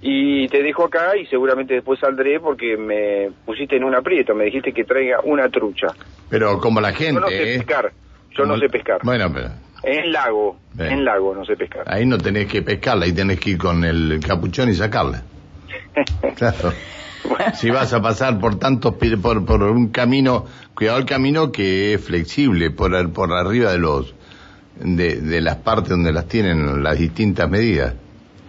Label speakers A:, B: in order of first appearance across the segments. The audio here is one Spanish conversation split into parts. A: Y te dejo acá y seguramente después saldré porque me pusiste en un aprieto, me dijiste que traiga una trucha.
B: Pero como la
A: Yo no sé
B: gente, ¿eh?
A: pescar, yo
B: Como-
A: no sé pescar.
B: Bueno, pero
A: En lago,
B: Bien. Ah.
A: en lago no sé pescar.
B: ahí no tenés que pescarla, ahí tenés que ir con el capuchón y sacarla. Claro. Si vas a pasar por tantos pi- por, por un camino, cuidado el camino que es flexible por al- por arriba de los de, de las partes donde las tienen las distintas medidas.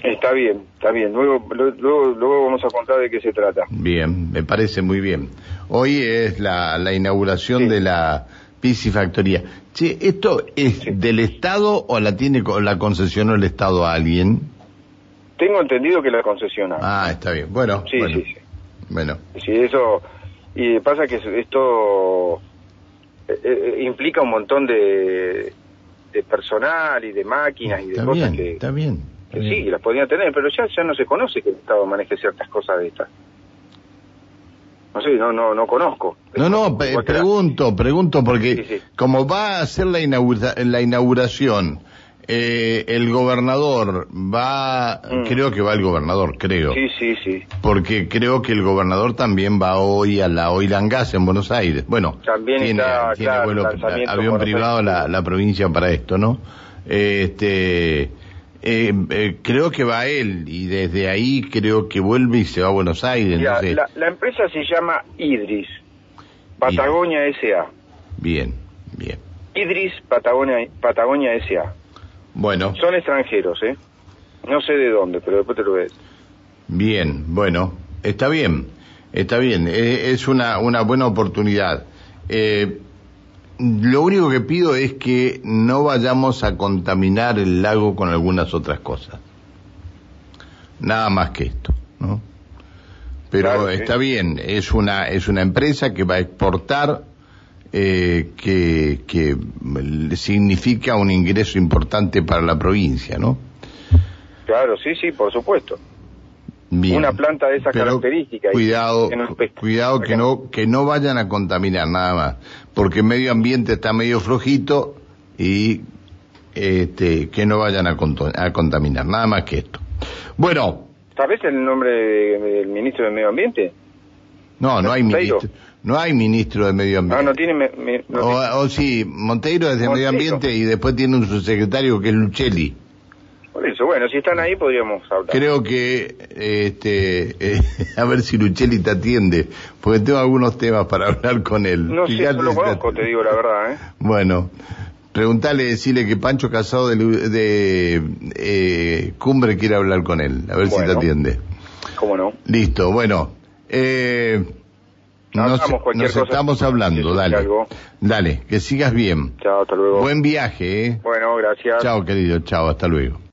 A: Está bien, está bien. Luego, lo- luego, luego vamos a contar de qué se trata.
B: Bien, me parece muy bien. Hoy es la, la inauguración
A: Sí.
B: de la piscifactoría. Che, ¿esto es del Estado o la tiene co- la concesionó el Estado a alguien?
A: Tengo entendido que la concesiona.
B: Ah, está bien. Bueno,
A: sí,
B: bueno,
A: sí, sí.
B: bueno.
A: Sí, eso. Y pasa que es- esto eh, eh, implica un montón de, de personal y de máquinas y de
B: Está
A: cosas
B: bien,
A: que,
B: está bien. está
A: que sí,
B: bien.
A: que las podrían tener, pero ya ya no se conoce que el Estado maneje ciertas cosas de estas. No sé, no no no conozco.
B: No, no, pe-
A: Igual que la-
B: pregunto, pregunto, porque
A: Sí, sí.
B: como va a ser la, inaugura- la inauguración, eh, el gobernador va,
A: Mm.
B: creo que va el gobernador, creo.
A: Sí, sí, sí.
B: porque creo que el gobernador también va hoy a la Oil and Gas en Buenos Aires. Bueno,
A: También
B: tiene,
A: está,
B: tiene
A: claro,
B: vuelo-
A: lanzamiento
B: avión
A: Buenos
B: privado
A: Aires.
B: la, la provincia para esto, ¿no? Este, eh, eh, creo que va él y desde ahí creo que vuelve y se va a Buenos Aires.
A: Mira,
B: entonces,
A: la, la empresa se llama Idris, Patagonia S.A.
B: Bien, bien.
A: Idris, Patagonia, Patagonia S.A.
B: Bueno,
A: Son extranjeros, ¿eh? No sé de dónde, pero después te lo ves.
B: bien, bueno, está bien, está bien, eh, es una, una buena oportunidad. Eh, lo único que pido es que no vayamos a contaminar el lago con algunas otras cosas. Nada más que esto, ¿no? Pero
A: Claro, sí.
B: está bien, es una, es una empresa que va a exportar, eh, que, que significa un ingreso importante para la provincia, ¿no?
A: Claro, sí, sí, por supuesto.
B: Bien.
A: Una planta de esas características y-
B: Cuidado,
A: que no pesca.
B: cuidado que no que no vayan a contaminar nada más, porque el medio ambiente está medio flojito y este que no vayan a, conto- a contaminar nada más que esto. Bueno,
A: ¿Sabes el nombre de- del ministro de Medio Ambiente?
B: no, no hay
A: Monteiro.
B: ministro, no hay ministro de medio
A: Ah, No,
B: ambiente.
A: no tiene. me- me- no tiene-
B: o, o sí, Monteiro es de medio
A: Monteiro.
B: ambiente y después tiene un subsecretario que es Luchelli.
A: Por eso, bueno, si están ahí podríamos hablar.
B: Creo que, este, eh, a ver si Luchelli te atiende, porque tengo algunos temas para hablar con él.
A: No sé,
B: Fíjate
A: no lo
B: si te-
A: conozco, te digo la verdad, ¿eh?
B: Bueno, preguntale, decirle que Pancho Casado de, Lu- de, eh, Cumbre quiere hablar con él, a ver si te
A: Bueno.
B: atiende.
A: ¿Cómo no?
B: Listo, bueno, eh, nos,
A: Hagamos cualquier
B: nos
A: cosa.
B: estamos hablando,
A: Si
B: dale.
A: algo.
B: Dale, que sigas bien.
A: Chao, hasta luego.
B: Buen viaje, eh.
A: Bueno, gracias.
B: Chao, querido, chao, hasta luego.